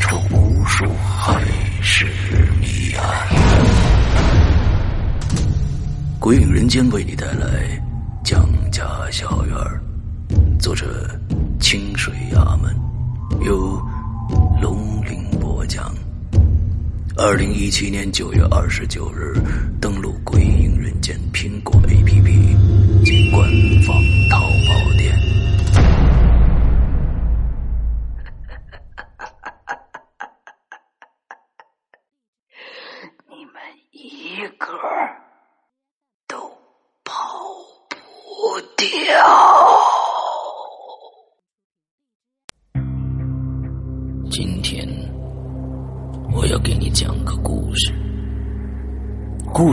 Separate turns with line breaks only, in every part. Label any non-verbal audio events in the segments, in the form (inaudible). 出无数海市谜案。鬼影人间为你带来《蒋家小院儿》，作者清水衙门，由龙鳞播讲。二零一七年九月二十九日登录《鬼影人间》苹果 APP 及官方淘宝店。
你们一个都跑不掉。
今天我要给你讲个故事，故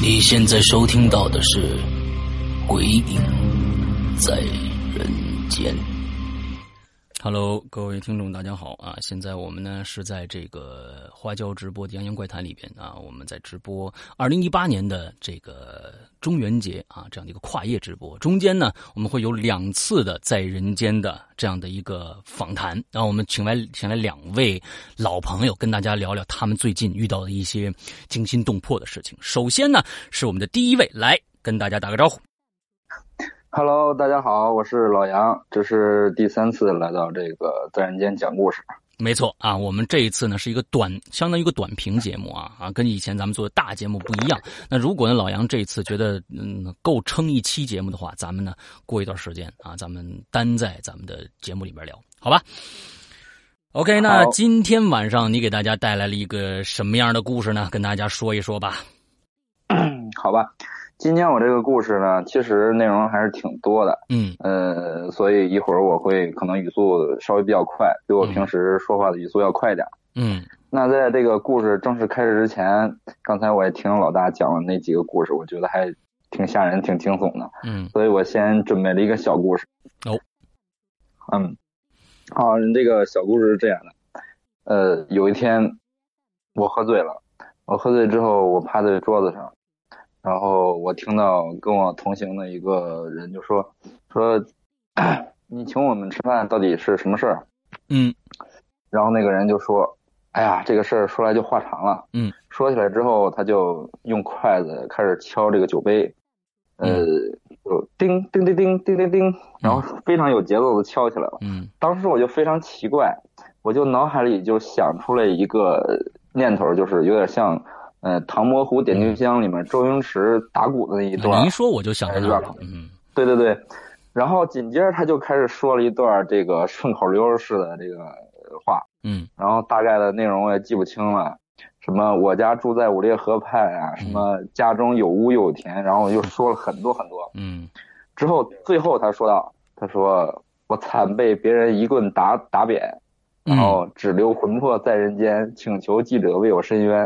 你现在收听到的是《鬼影在人间》。Hello，各位听众，大家好啊！现在我们呢是在这个花椒直播的《洋洋怪谈》里边啊，我们在直播二零一八年的这个中元节啊这样的一个跨夜直播。中间呢，我们会有两次的在人间的这样的一个访谈，然后我们请来请来两位老朋友，跟大家聊聊他们最近遇到的一些惊心动魄的事情。首先呢，是我们的第一位，来跟大家打个招呼。
Hello，大家好，我是老杨，这是第三次来到这个自然间讲故事。
没错啊，我们这一次呢是一个短，相当于一个短评节目啊啊，跟以前咱们做的大节目不一样。那如果呢老杨这一次觉得嗯够撑一期节目的话，咱们呢过一段时间啊，咱们单在咱们的节目里边聊，好吧？OK，那
好
今天晚上你给大家带来了一个什么样的故事呢？跟大家说一说吧。
嗯，好吧，今天我这个故事呢，其实内容还是挺多的，
嗯
呃，所以一会儿我会可能语速稍微比较快，比我
嗯
平时说话的语速要快一点。
嗯
那在这个故事正式开始之前，刚才我也听老大讲了那几个故事，我觉得还挺吓人、挺惊悚的，
嗯
所以我先准备了一个小故事。
哦，
嗯，好，这个小故事是这样的，呃，有一天我喝醉了，我喝醉之后，我趴在桌子上，然后我听到跟我同行的一个人就说说， (coughs) 你请我们吃饭到底是什么事儿？
嗯
然后那个人就说：“哎呀，这个事儿说来就话长了。”
嗯，
说起来之后，他就用筷子开始敲这个酒杯，呃，就叮叮叮叮叮叮叮，然后非常有节奏的敲起来了。
嗯
当时我就非常奇怪，我就脑海里就想出了一个念头，就是有点像，呃，《唐伯虎点秋香》里面周星驰打鼓的那一段
啊你一。说我就想到那儿了。嗯
对对对，然后紧接着他就开始说了一段这个顺口溜似的这个呃话。
嗯
然后大概的内容我也记不清了，什么我家住在五裂河畔啊，什么家中有屋有田，然后又说了很多很多。
嗯
之后最后他说道：“他说我惨被别人一棍打打扁，然
嗯
后只留魂魄在人间，请求记者为我伸冤。”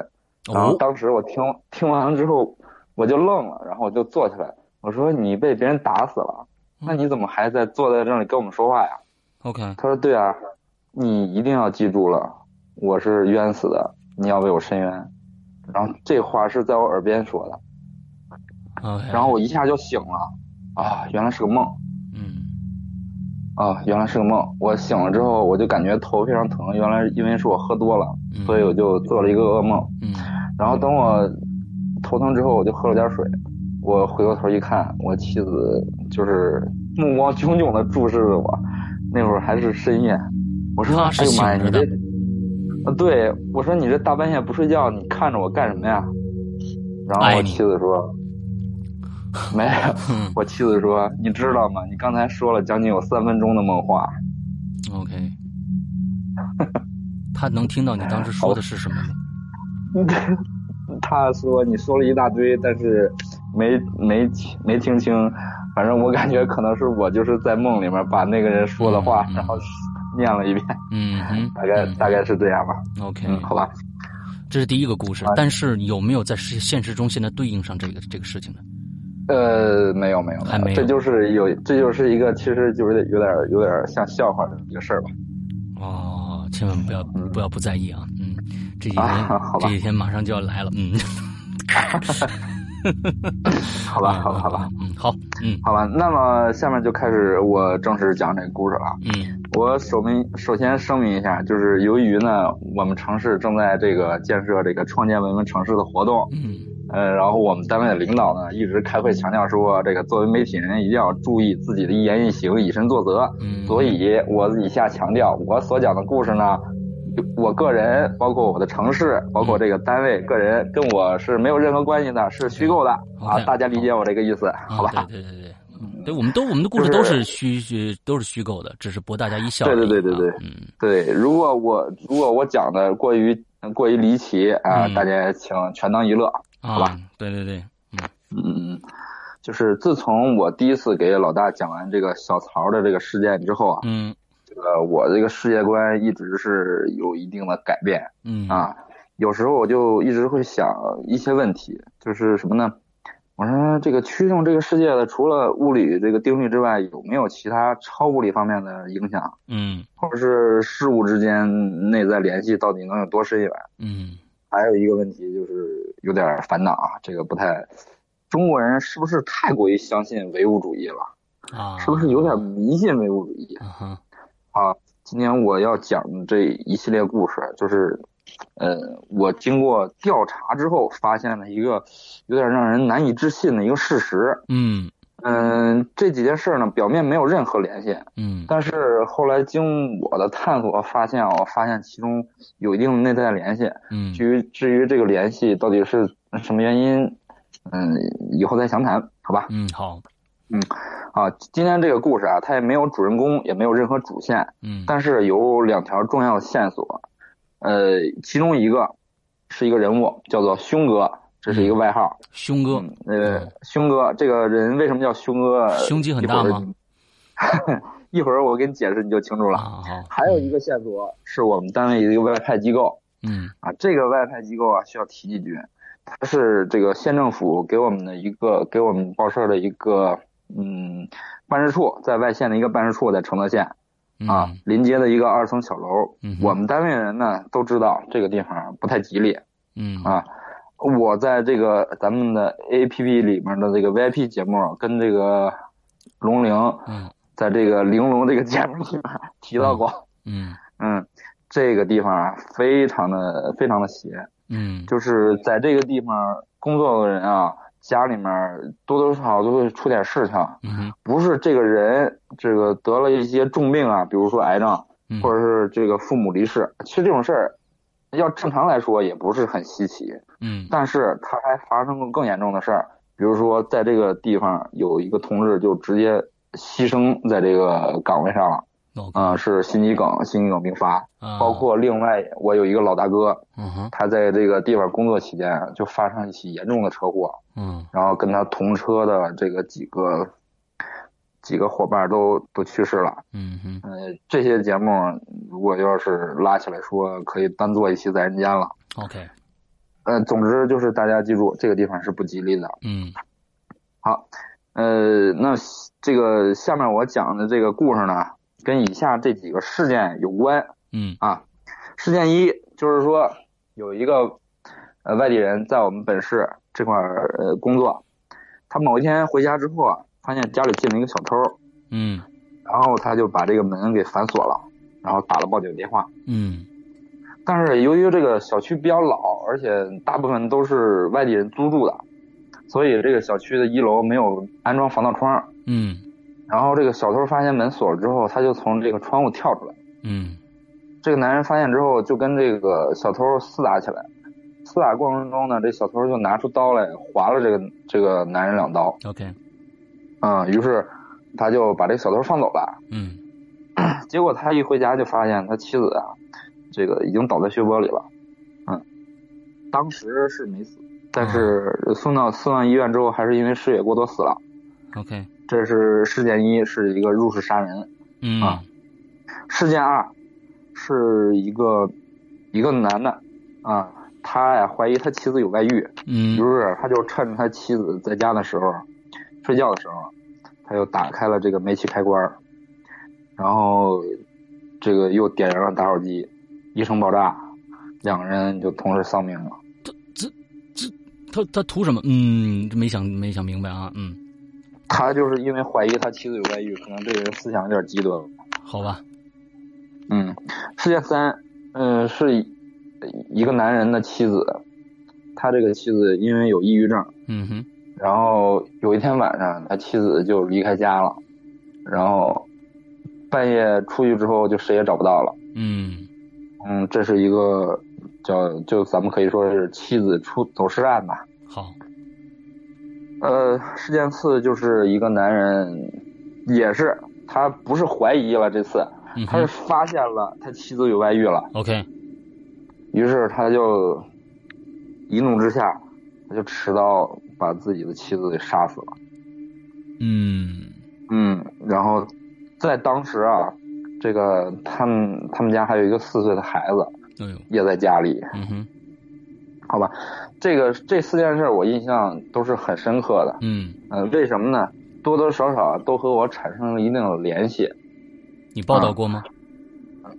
然后
哦
当时我听听完了之后，我就愣了，然后我就坐起来，我说：“你被别人打死了，
嗯
那你怎么还在坐在这里跟我们说话呀？”
，OK，
他说：“对啊，你一定要记住了，我是冤死的，你要为我伸冤。”然后这话是在我耳边说的，
OK，
然后我一下就醒了，啊，原来是个梦
嗯
啊，原来是个梦。我醒了之后，我就感觉头非常疼，原来因为是我喝多了，
嗯，
所以我就做了一个噩梦。
嗯
然后等我头疼之后，我就喝了点水，我回过头一看，我妻子就是目光炯炯的注视着我。那会儿还是深夜，我说：“
那是
哎呦妈呀，
醒
你
着的
这……啊，对我说你这大半夜不睡觉，你看着我干什么呀？”然后
爱
我
你
妻子说：“没 (laughs) 有。”
嗯
我妻子说：“你知道吗？你刚才说了将近有三分钟的梦话。 (laughs)
，OK。他能听到你当时说的是什么吗？”
他说：“你说了一大堆，但是没没没听清。反正我感觉可能是我就是在梦里面把那个人说的话
嗯嗯，嗯
然后念了一遍，
嗯哼，
大概
嗯
大概是这样吧。
OK，
嗯，好吧。
这是第一个故事
啊。
但是有没有在实现实中现在对应上这个这个事情呢？
呃，没有没有
还没有
这就是有这就是一个其实就是有点有点像笑话的一个事儿吧。
哦，千万不要
嗯
不要不在意啊！嗯，这几天、
啊好
这
吧
几天马上就要来了，
(laughs)
嗯，
好吧，好吧，好吧，，
嗯，好，嗯
好吧。那么下面就开始我正式讲这个故事了啊。
嗯
我首明首先声明一下，就是由于呢，我们城市正在这个建设这个创建文明城市的活动，
嗯
呃，然后我们单位的领导呢一直开会强调说，这个作为媒体人一定要注意自己的一言一行，以身作则。
嗯，
所以我以下强调，我所讲的故事呢，我个人，包括我的城市，包括这个单位，个人跟我是没有任何关系的，是虚构的啊
OK，，
大家理解我这个意思，
啊
好吧？
对对对对。嗯对，我们都我们的故事
就是
都是虚虚都是虚构的，只是博大家一笑而已
对
啊。
对对对对
嗯
对，如果我如果我讲的过于过于离奇啊、
嗯
大家请全当娱乐。好吧
啊，对对对，
嗯嗯，嗯，就是自从我第一次给老大讲完这个小曹的这个事件之后啊，
嗯
这个我这个世界观一直是有一定的改变
嗯
啊。有时候我就一直会想一些问题，就是什么呢？我说这个驱动这个世界的，除了物理这个定律之外，有没有其他超物理方面的影响？
嗯
或者是事物之间内在联系到底能有多深远？
嗯
还有一个问题就是有点烦恼啊，这个不太，中国人是不是太过于相信唯物主义了？
啊，
是不是有点迷信唯物主义
啊哈？
啊？今天我要讲这一系列故事，就是，呃，我经过调查之后发现了一个有点让人难以置信的一个事实。
嗯
嗯、这几件事儿呢，表面没有任何联系，
嗯
但是后来经我的探索发现啊，我发现其中有一定的内在联系。
嗯
至于至于这个联系到底是什么原因，嗯，以后再详谈，好吧？
嗯，好，
啊，今天这个故事啊，它也没有主人公，也没有任何主线，
嗯
但是有两条重要的线索。呃，其中一个是一个人物，叫做凶哥，这是一个外号。
嗯凶哥
嗯，呃，凶哥这个人为什么叫凶哥？
胸肌很大吗？
(laughs) 一会儿我给你解释，你就清楚了。
啊，好，
还有一个线索是我们单位的一个外派机构，
嗯
啊，这个外派机构啊需要提几句，它是这个县政府给我们的一个给我们报社的一个嗯办事处，在外县的一个办事处，在承德县
嗯
啊、临街的一个二层小楼。
嗯哼
我们单位人呢都知道这个地方不太吉利
嗯
啊。我在这个咱们的 A P P 里面的这个 V I P 节目跟这个龙玲
嗯
在这个玲珑这个节目里面提到过，
嗯
嗯，这个地方啊非常的非常的邪。
嗯
就是在这个地方工作的人啊，家里面多多少少都会出点事情，
嗯哼
不是这个人这个得了一些重病啊，比如说癌症，
嗯，
或者是这个父母离世，其实这种事儿，要正常来说也不是很稀奇，
嗯
但是他还发生过更严重的事儿，比如说在这个地方有一个同志就直接牺牲在这个岗位上了，
，OK
啊、是心肌梗心肌梗并发，
啊，
包括另外我有一个老大哥，
嗯哼
他在这个地方工作期间啊，就发生一起严重的车祸，
嗯
然后跟他同车的这个几个几个伙伴都都去世了。
嗯哼
呃，这些节目如果要是拉起来说，可以单做一期在人间了。
，OK，
呃，总之就是大家记住，这个地方是不吉利的。
嗯
呃，那这个下面我讲的这个故事呢，跟以下这几个事件有关。
嗯
啊，事件一就是说有一个呃外地人在我们本市这块儿呃工作，他某一天回家之后啊，发现家里进了一个小偷，
嗯
然后他就把这个门给反锁了，然后打了报警电话。
嗯
但是由于这个小区比较老，而且大部分都是外地人租住的，所以这个小区的一楼没有安装防盗窗。
嗯
然后这个小偷发现门锁了之后，他就从这个窗户跳出来。
嗯
这个男人发现之后，就跟这个小偷厮打起来。厮打过程中呢，这小偷就拿出刀来划了这个这个男人两刀。
，OK，
嗯，于是他就把这个小偷放走了。
嗯
结果他一回家就发现他妻子啊，这个已经倒在血泊里了。嗯，当时是没死，但是送到送到医院之后，还是因为失血过多死了。
，OK，
这是事件一，是一个入室杀人。
嗯
啊事件二是一个一个男的啊，他呀怀疑他妻子有外遇，于
嗯
是他就趁他妻子在家的时候，睡觉的时候，他又打开了这个煤气开关，然后这个又点燃了打火机，一声爆炸，两个人就同时丧命了。
他他图什么？嗯，没想没想明白啊，嗯，
他就是因为怀疑他妻子有外遇，可能这个人思想有点极端。
好吧，
嗯，事件三，嗯、是一一个男人的妻子，他这个妻子因为有抑郁症，
嗯哼，
然后有一天晚上，他妻子就离开家了，然后半夜出去之后就谁也找不到了。
嗯
嗯，这是一个叫就咱们可以说是妻子出走失案吧。
好，
呃，事件四就是一个男人，也是他不是怀疑了这次，
嗯
他是
哼
发现了他妻子有外遇了，
，OK，
于是他就一怒之下，他就持刀把自己的妻子给杀死了。
嗯
嗯，然后在当时啊，这个他们他们家还有一个四岁的孩子
哎呦，
也在家里，
嗯哼，
好吧，这个这四件事儿我印象都是很深刻的，
嗯，
嗯、为什么呢？多多少少都和我产生了一定的联系，
你报道过吗？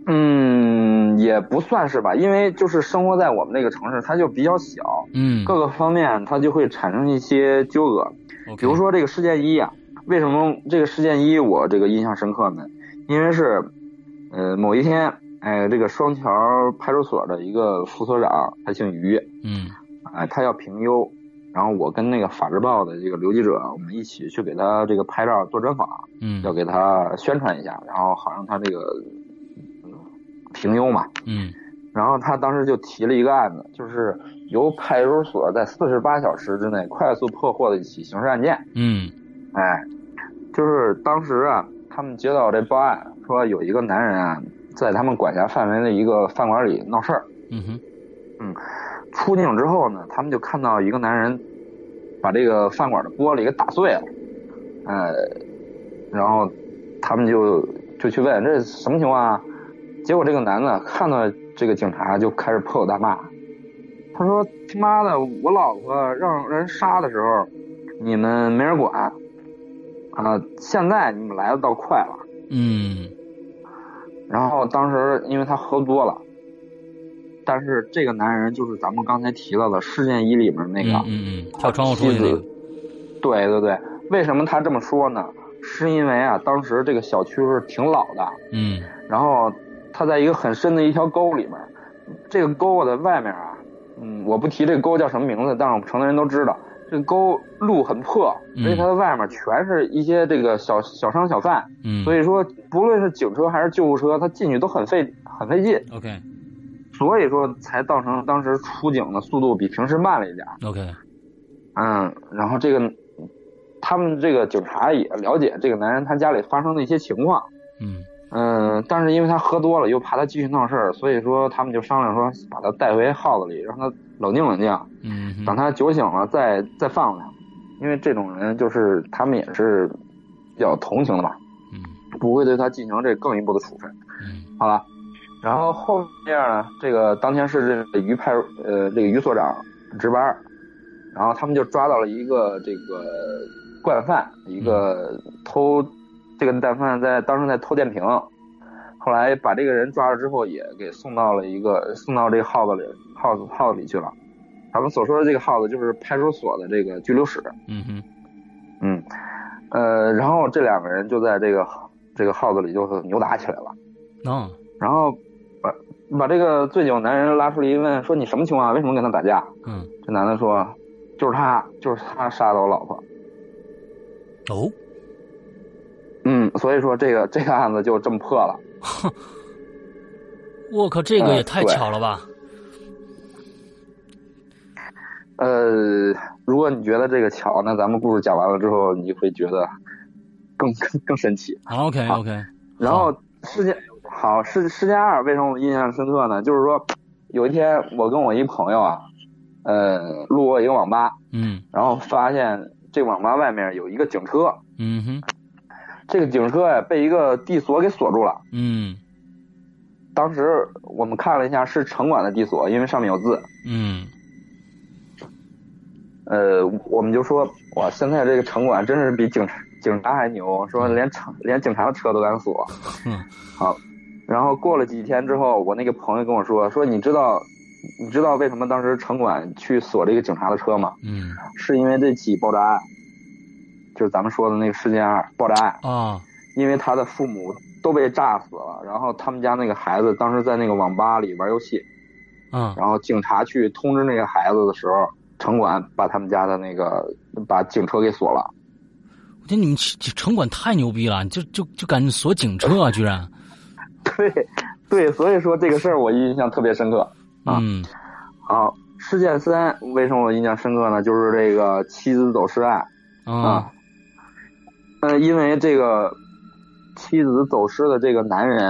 嗯，也不算是吧，因为就是生活在我们那个城市，它就比较小，
嗯，
各个方面它就会产生一些纠葛，比如说这个事件一啊，为什么这个事件一我这个印象深刻呢？因为是，呃，某一天，哎、这个双桥派出所的一个副所长，他姓于，
嗯
哎、他要评优，然后我跟那个《法制报》的这个刘记者，我们一起去给他这个拍照做专访，
嗯
要给他宣传一下，然后好让他这个嗯评优嘛。
嗯
然后他当时就提了一个案子，就是由派出所在四十八小时之内快速破获的一起刑事案件。
嗯
哎，就是当时啊，他们接到这报案，说有一个男人啊，在他们管辖范围的一个饭馆里闹事儿。
嗯哼，
出警之后呢，他们就看到一个男人把这个饭馆的玻璃给打碎了，呃，然后他们就就去问这是什么情况啊？结果这个男的看到这个警察就开始破口大骂，他说：“他妈的，我老婆让人杀的时候，你们没人管啊、现在你们来的倒快了。”
嗯
然后当时因为他喝多了，但是这个男人就是咱们刚才提到的事件一里面那个，
嗯嗯，跳窗户出去那
妻
个，
子对对对，为什么他这么说呢？是因为啊，当时这个小区是挺老的，
嗯
然后他在一个很深的一条沟里面，这个沟的外面啊，嗯，我不提这个沟叫什么名字，但是我们城的人都知道，这个沟路很破，
嗯
而且它的外面全是一些这个小小商小贩，
嗯，
所以说不论是警车还是救护车，他进去都很费很费劲。
OK
所以说才造成当时出警的速度比平时慢了一点儿。
OK，
嗯，然后这个他们这个警察也了解这个男人他家里发生的一些情况，
嗯
嗯，但是因为他喝多了，又怕他继续闹事儿，所以说他们就商量说把他带回号子里，让他冷静冷静，
嗯
等他酒醒了再再放他。因为这种人就是他们也是比较同情的嘛，
嗯
不会对他进行这更一步的处分。
嗯
好吧。然后后面呢，这个当天是这个于派呃这个于所长值班，然后他们就抓到了一个这个惯犯，一个偷、这个惯犯在当时在偷电瓶，后来把这个人抓了之后，也给送到了一个送到这个号子里号子号子里去了。咱们所说的这个号子就是派出所的这个拘留室，
嗯哼
嗯，呃，然后这两个人就在这个这个号子里就是扭打起来了。
啊
然后把把这个醉酒男人拉出来一问，说你什么情况啊？为什么跟他打架？
嗯
这男的说，就是他，就是他杀的我老婆。
哦，
嗯，所以说这个这个案子就这么破了。
哼，我靠，这个也太
呃对
巧了吧！
呃，如果你觉得这个巧，那咱们故事讲完了之后，你会觉得更更更神奇。
好，OK OK，
然后事件好事事件二为什么我印象深刻呢？就是说有一天我跟我一朋友啊，呃，路过一个网吧，
嗯
然后发现这网吧外面有一个警车，
嗯哼
这个警车呀被一个地锁给锁住了。
嗯
当时我们看了一下是城管的地锁，因为上面有字。
嗯
呃，我们就说哇，现在这个城管真是比警警察还牛，说连城连警察的车都敢锁。
哼
好，然后过了几天之后，我那个朋友跟我说，说你知道你知道为什么当时城管去锁这个警察的车吗？
嗯
是因为这起爆炸案，就是咱们说的那个事件二爆炸案，
啊
因为他的父母都被炸死了，然后他们家那个孩子当时在那个网吧里玩游戏，
啊
然后警察去通知那个孩子的时候，城管把他们家的那个把警车给锁了。 (laughs)
我觉得你们城城管太牛逼了，就就就敢锁警车啊，居然，
对，对，所以说这个事儿我印象特别深刻。啊
嗯
好，事件三为什么我印象深刻呢？就是这个妻子走失案啊
啊。
嗯、因为这个妻子走失的这个男人，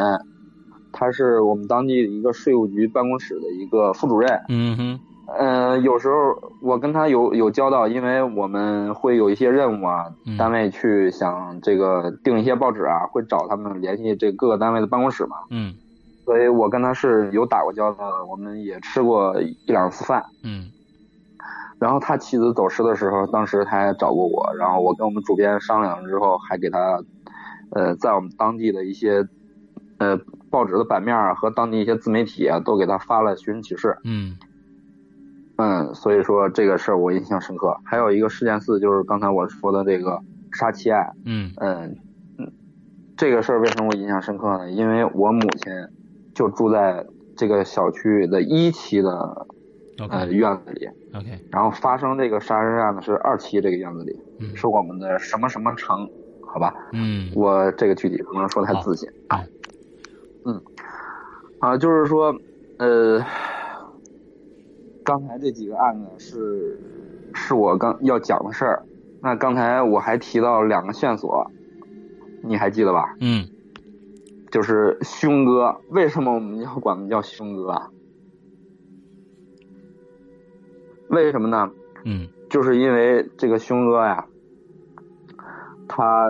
他是我们当地一个税务局办公室的一个副主任。
嗯哼
嗯、有时候我跟他有有交道，因为我们会有一些任务啊，
嗯
单位去想这个订一些报纸啊，会找他们联系这各个单位的办公室嘛，
嗯
所以我跟他是有打过交道的，我们也吃过一两次饭。
嗯
然后他妻子走失的时候，当时他还找过我，然后我跟我们主编商量了之后，还给他，呃，在我们当地的一些，呃，报纸的版面儿啊和当地一些自媒体啊，都给他发了寻人启事。
嗯
嗯，所以说这个事儿我印象深刻。还有一个事件四，就是刚才我说的这个杀妻案。
嗯
嗯，嗯这个事儿为什么我印象深刻呢？因为我母亲就住在这个小区的一期的呃
，OK
院子里。
OK，
然后发生这个杀人案的是二期这个院子里，
嗯
是我们的什么什么城，好吧？
嗯
我这个具体不能说太仔细
好
啊。嗯，啊，就是说，呃，刚才这几个案子是是我刚要讲的事儿。那刚才我还提到两个线索，你还记得吧？
嗯，
就是凶哥，为什么我们要管他叫凶哥啊？为什么呢？
嗯
就是因为这个凶哥呀，他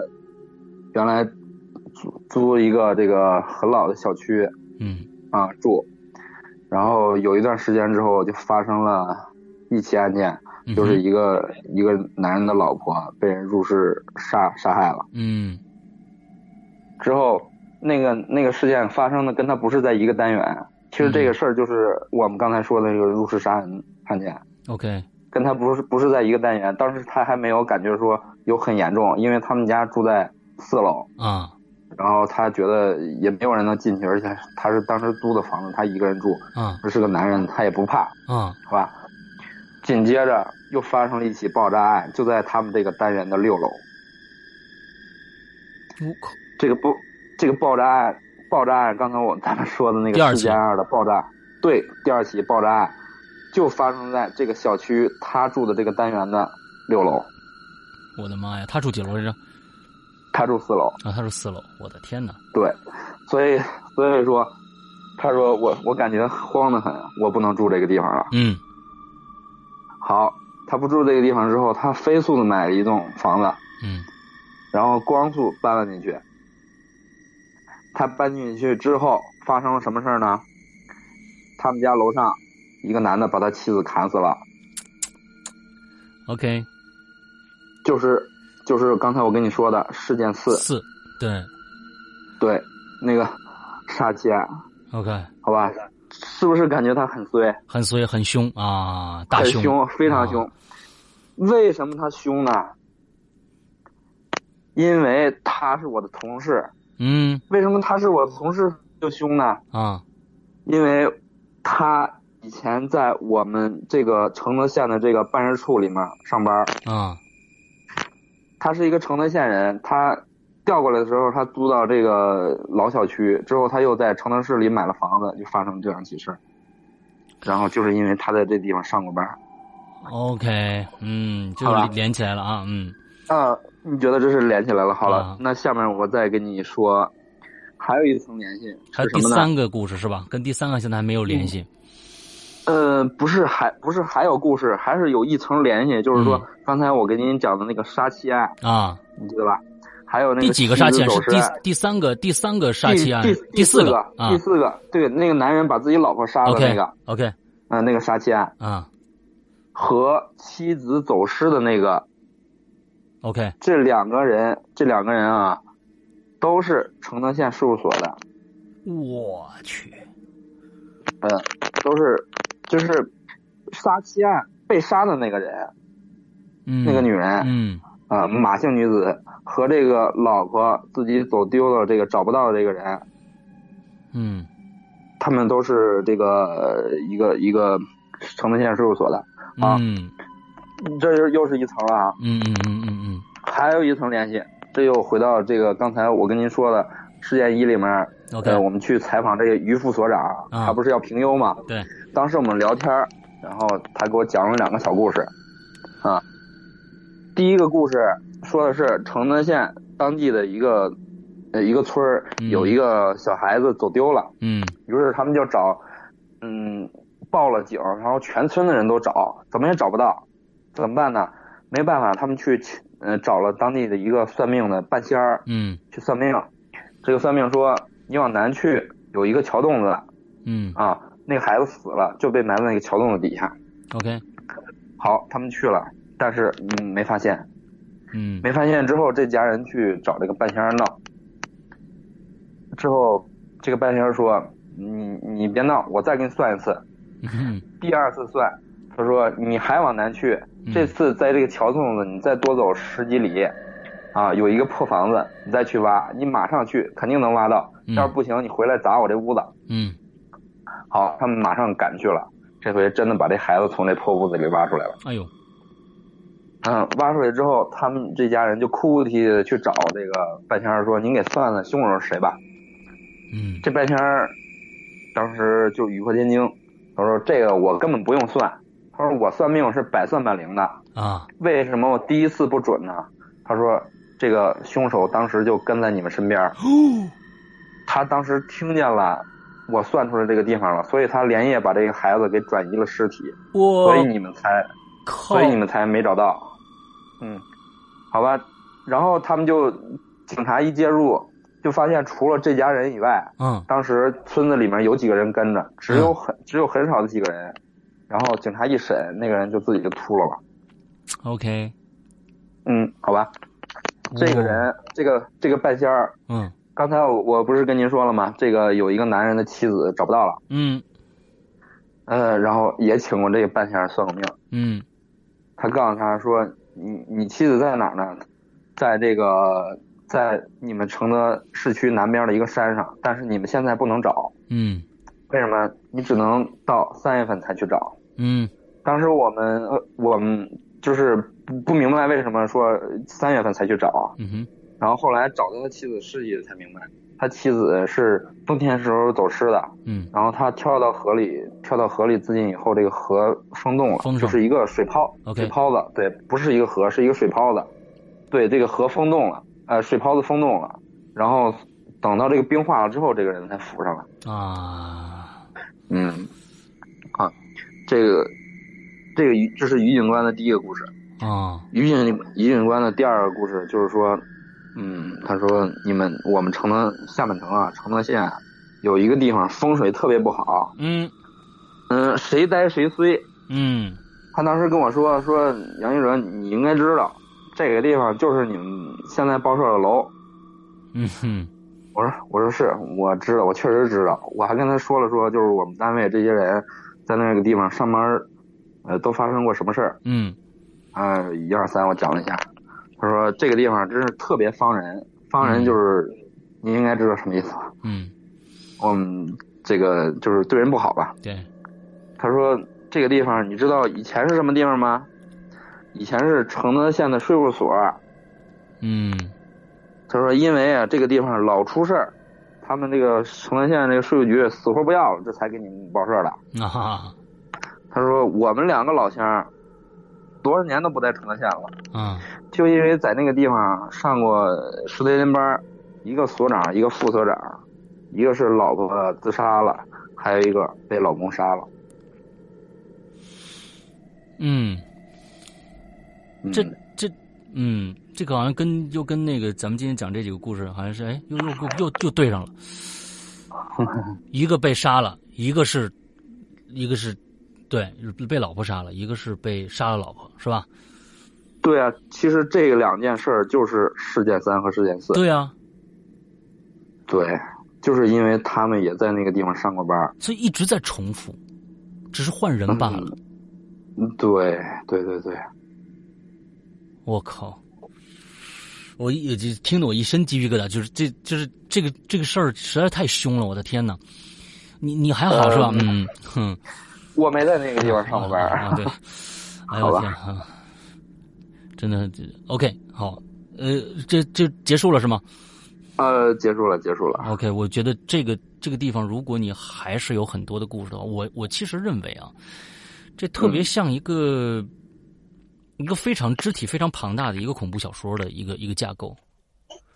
原来租租一个这个很老的小区
嗯
啊住，然后有一段时间之后就发生了一起案件，
嗯，
就是一个、一个男人的老婆被人入室杀杀害了。
嗯
之后那个那个事件发生的跟他不是在一个单元，其实这个事儿就是我们刚才说的那个入室杀人案件。
OK，
跟他不是不是在一个单元，当时他还没有感觉说有很严重，因为他们家住在四楼，
啊
然后他觉得也没有人能进去，而且他是当时租的房子，他一个人住，
啊
是个男人，他也不怕，
啊
是吧？紧接着又发生了一起爆炸案，就在他们这个单元的六楼。
我靠，
这个不，这个爆炸案，爆炸案，刚才我咱们说的那
第
个
二
事
起
件二的爆炸，对，第二起爆炸案就发生在这个小区他住的这个单元的六楼，
我的妈呀！他住几楼来着？
他住四楼。
啊，他住四楼。我的天哪！
对，所以所以说，他说我我感觉慌得很，我不能住这个地方了。
嗯
好，他不住这个地方之后，他飞速的买了一栋房子，
嗯
然后光速搬了进去。他搬进去之后发生了什么事儿呢？他们家楼上一个男的把他妻子砍死了，
，OK，
就是就是刚才我跟你说的事件四，
四，对
对，那个 (laughs) 杀妻案，
，OK，
好吧，是不是感觉他很衰？
很衰很凶啊，大
很
凶，啊
非常凶。为什么他凶呢？因为他是我的同事。
嗯
为什么他是我的同事就凶呢？
啊
因为他以以前在我们这个承德县的这个办事处里面上班，
啊
他是一个承德县人，他调过来的时候，他租到这个老小区，之后他又在承德市里买了房子，就发生这样起事儿。然后就是因为他在这地方上过班，
，OK，嗯，就
好吧
连起来了啊，嗯，
啊，你觉得这是连起来了？好了，
啊
那下面我再跟你说，还有一层联系
还
是
有
什
第
么呢？
三个故事是吧？跟第三个现在还没有联系，
呃，不是还不是还有故事，还是有一层联系，就是说、
嗯
刚才我给您讲的那个杀妻案，
啊，
你记得吧？还嗯有那个
第几个杀妻案
妻
是
子走
第
失案
第三个第三个杀妻案
第第
四
个
啊
第四个，对，那个男人把自己老婆杀了那
，OK
个，
OK
呃，那个杀妻案
啊
和妻子走失的那个，
OK
这两个人，这两个人啊，都是承德县事务所的，
我去，
嗯，都是就是杀妻案被杀的那个人，
嗯，
那个女人，
嗯
啊、马姓女子和这个老婆自己走丢了，这个找不到的这个人，
嗯
他们都是这个呃一个一个承德县事务所的，啊
嗯
这又又是一层了啊，
嗯嗯嗯嗯嗯，
还有一层联系，这又回到这个刚才我跟您说的事件一里面
OK
呃我们去采访这个于副所长，
啊
他不是要评优吗？
对，
当时我们聊天儿，然后他给我讲了两个小故事，啊，第一个故事说的是承德县当地的一个呃一个村儿
嗯
有一个小孩子走丢了，
嗯
于是他们就找，嗯，报了警，然后全村的人都找，怎么也找不到，怎么办呢？没办法，他们去请呃找了当地的一个算命的半仙儿
嗯
去算命，这个算命说你往南去有一个桥洞子
嗯
啊，那个孩子死了就被埋在那个桥洞子底下。
OK
好，他们去了，但是嗯没发现，
嗯
没发现之后，这家人去找这个半仙儿闹，之后这个半仙儿说你你别闹，我再给你算一次。
嗯
第二次算，他说你还往南去，
嗯
(laughs) 这次在这个桥洞子你再多走十几里，啊，有一个破房子，你再去挖，你马上去肯定能挖到。
嗯
要是不行，你回来砸我这屋子。
嗯
好，他们马上赶去了，这回真的把这孩子从这破屋子里挖出来了。
哎呦
嗯，挖出来之后，他们这家人就哭哭啼啼的去找这个半仙儿说：“您给算算凶手是谁吧。”
嗯
这半仙儿当时就语破天惊，他说：“这个我根本不用算，他说我算命是百算百灵的。”
啊
为什么我第一次不准呢？他说这个凶手当时就跟在你们身边儿，
哦
他当时听见了我算出来这个地方了，所以他连夜把这个孩子给转移了尸体，
我
所以你们才，
靠
所以你们才没找到。嗯，好吧，然后他们就警察一介入，就发现除了这家人以外，
嗯
当时村子里面有几个人跟着，只有
嗯
很只有很少的几个人，然后警察一审，那个人就自己就秃噜了。
OK
嗯，好吧，这个人，这个这个半仙儿，
嗯
刚才我我不是跟您说了吗？这个有一个男人的妻子找不到了，
嗯
呃，然后也请过这个半仙儿算过命。
嗯
他告诉他说：“你你妻子在哪儿呢？在这个在你们承德市区南边的一个山上，但是你们现在不能找，
嗯
为什么？你只能到三月份才去找。
嗯
当时我们呃我们就是不不明白为什么说三月份才去找，啊
嗯哼
然后后来找到他妻子尸体才明白，他妻子是冬天时候走失的，
嗯
然后他跳到河里，跳到河里自尽以后，这个河封冻了，
封上
就是一个水泡
OK
水泡子，对，不是一个河，是一个水泡子，对，这个河封冻了，呃，水泡子封冻了，然后等到这个冰化了之后，这个人才浮上来，
啊
嗯，啊，这个这个于这是于警官的第一个故事，
啊
于警于警官的第二个故事就是说，嗯，他说你们我们承德下半城啊，承德县有一个地方风水特别不好，
嗯
嗯，谁呆谁衰。
嗯
他当时跟我说说杨一哲，你应该知道这个地方就是你们现在报社的楼。
嗯哼
我说我说是我知道，我确实知道。我还跟他说了说，就是我们单位这些人在那个地方上班，呃，都发生过什么事儿。
嗯
啊，一二三，我讲了一下。他说这个地方真是特别方人，方人就是、你应该啊知道什么意思吧？
嗯
我们这个就是对人不好吧？
对
他说这个地方你知道以前是什么地方吗？以前是承德县的税务所。
嗯，
他说因为啊这个地方老出事儿，他们这个承德县这个税务局死活不要了，这才给你们报事儿了。
啊
他说我们两个老乡儿多少年都不在承德县了。
啊
就因为在那个地方上过十多天班儿，一个所长，一个副所长，一个是老婆自杀了，还有一个被老公杀了。
嗯，
嗯
这这嗯，这个好像跟又跟那个咱们今天讲这几个故事，好像是哎，又又又又又对上了。一个被杀了，一个是，一个是，对，被老婆杀了，一个是被杀了老婆，是吧？
对啊，其实这两件事儿就是事件三和事件四。
对啊，
对，就是因为他们也在那个地方上过班儿。
所以一直在重复，只是换人罢了。
嗯对，对对对，
我靠！我一就听得我一身鸡皮疙瘩，就是这，就是这个这个事儿实在太凶了，我的天哪！你你还好是吧？
呃
嗯，哼，
我没在那个地方上过班
(laughs) 啊，啊
儿。 (laughs)
对，哎呦
好
我
吧
天啊！真的这，OK，好，呃，这这结束了是吗？
呃，结束了，结束了。
OK，我觉得这个这个地方，如果你还是有很多的故事的话，我我其实认为啊，这特别像一个、一个非常肢体非常庞大的一个恐怖小说的一个一个架构，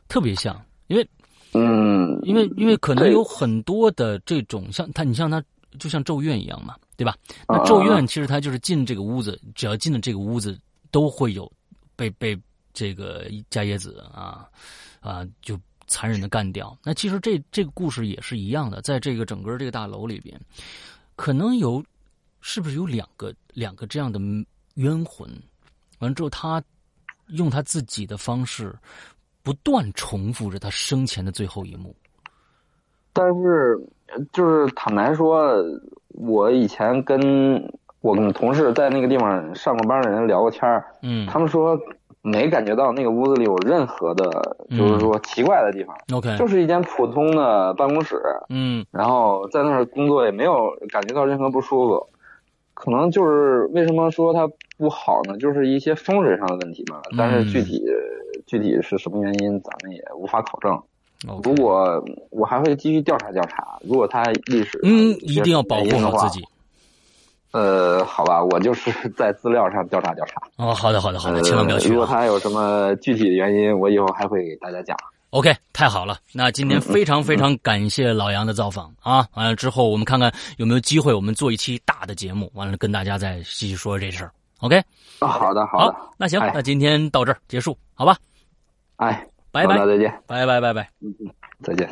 特别像，因为
嗯，
因为因为可能
对
有很多的这种像他，你像他就像咒怨一样嘛，对吧？
啊
那咒怨其实它就是进这个屋子，只要进了这个屋子，都会有被被这个伽椰子啊啊就残忍的干掉。那其实这这个故事也是一样的，在这个整个这个大楼里边，可能有是不是有两个两个这样的冤魂？完了之后，他用他自己的方式，不断重复着他生前的最后一幕。
但是，呃就是坦白说，我以前跟我们同事在那个地方上过班的人聊过天儿，
嗯
他们说没感觉到那个屋子里有任何的，
嗯
就是说奇怪的地方，
，OK，
就是一间普通的办公室，
嗯
然后在那儿工作也没有感觉到任何不舒服。可能就是为什么说它不好呢？就是一些风水上的问题嘛。但是
嗯
具体、具体是什么原因，咱们也无法考证。
，OK，
如果我还会继续调查调查，如果他历史
嗯，一定要保护
好
好自己。。
呃，好吧，我就是 (laughs) 在资料上调查调查。
哦，好的，好的，好
呃
的，千万不要去
如果
啊。
他有什么具体的原因，我以后还会给大家讲。
OK，太好了。那今天非常非常感谢老杨的造访啊！完了之后，我们看看有没有机会，我们做一期大的节目，完了跟大家再细细说这事儿。OK，
啊，好的，好的，
好，那行
哎，
那今天到这儿结束，好吧？
哎，
拜
好
拜
的，再见，
拜拜拜拜。
再见。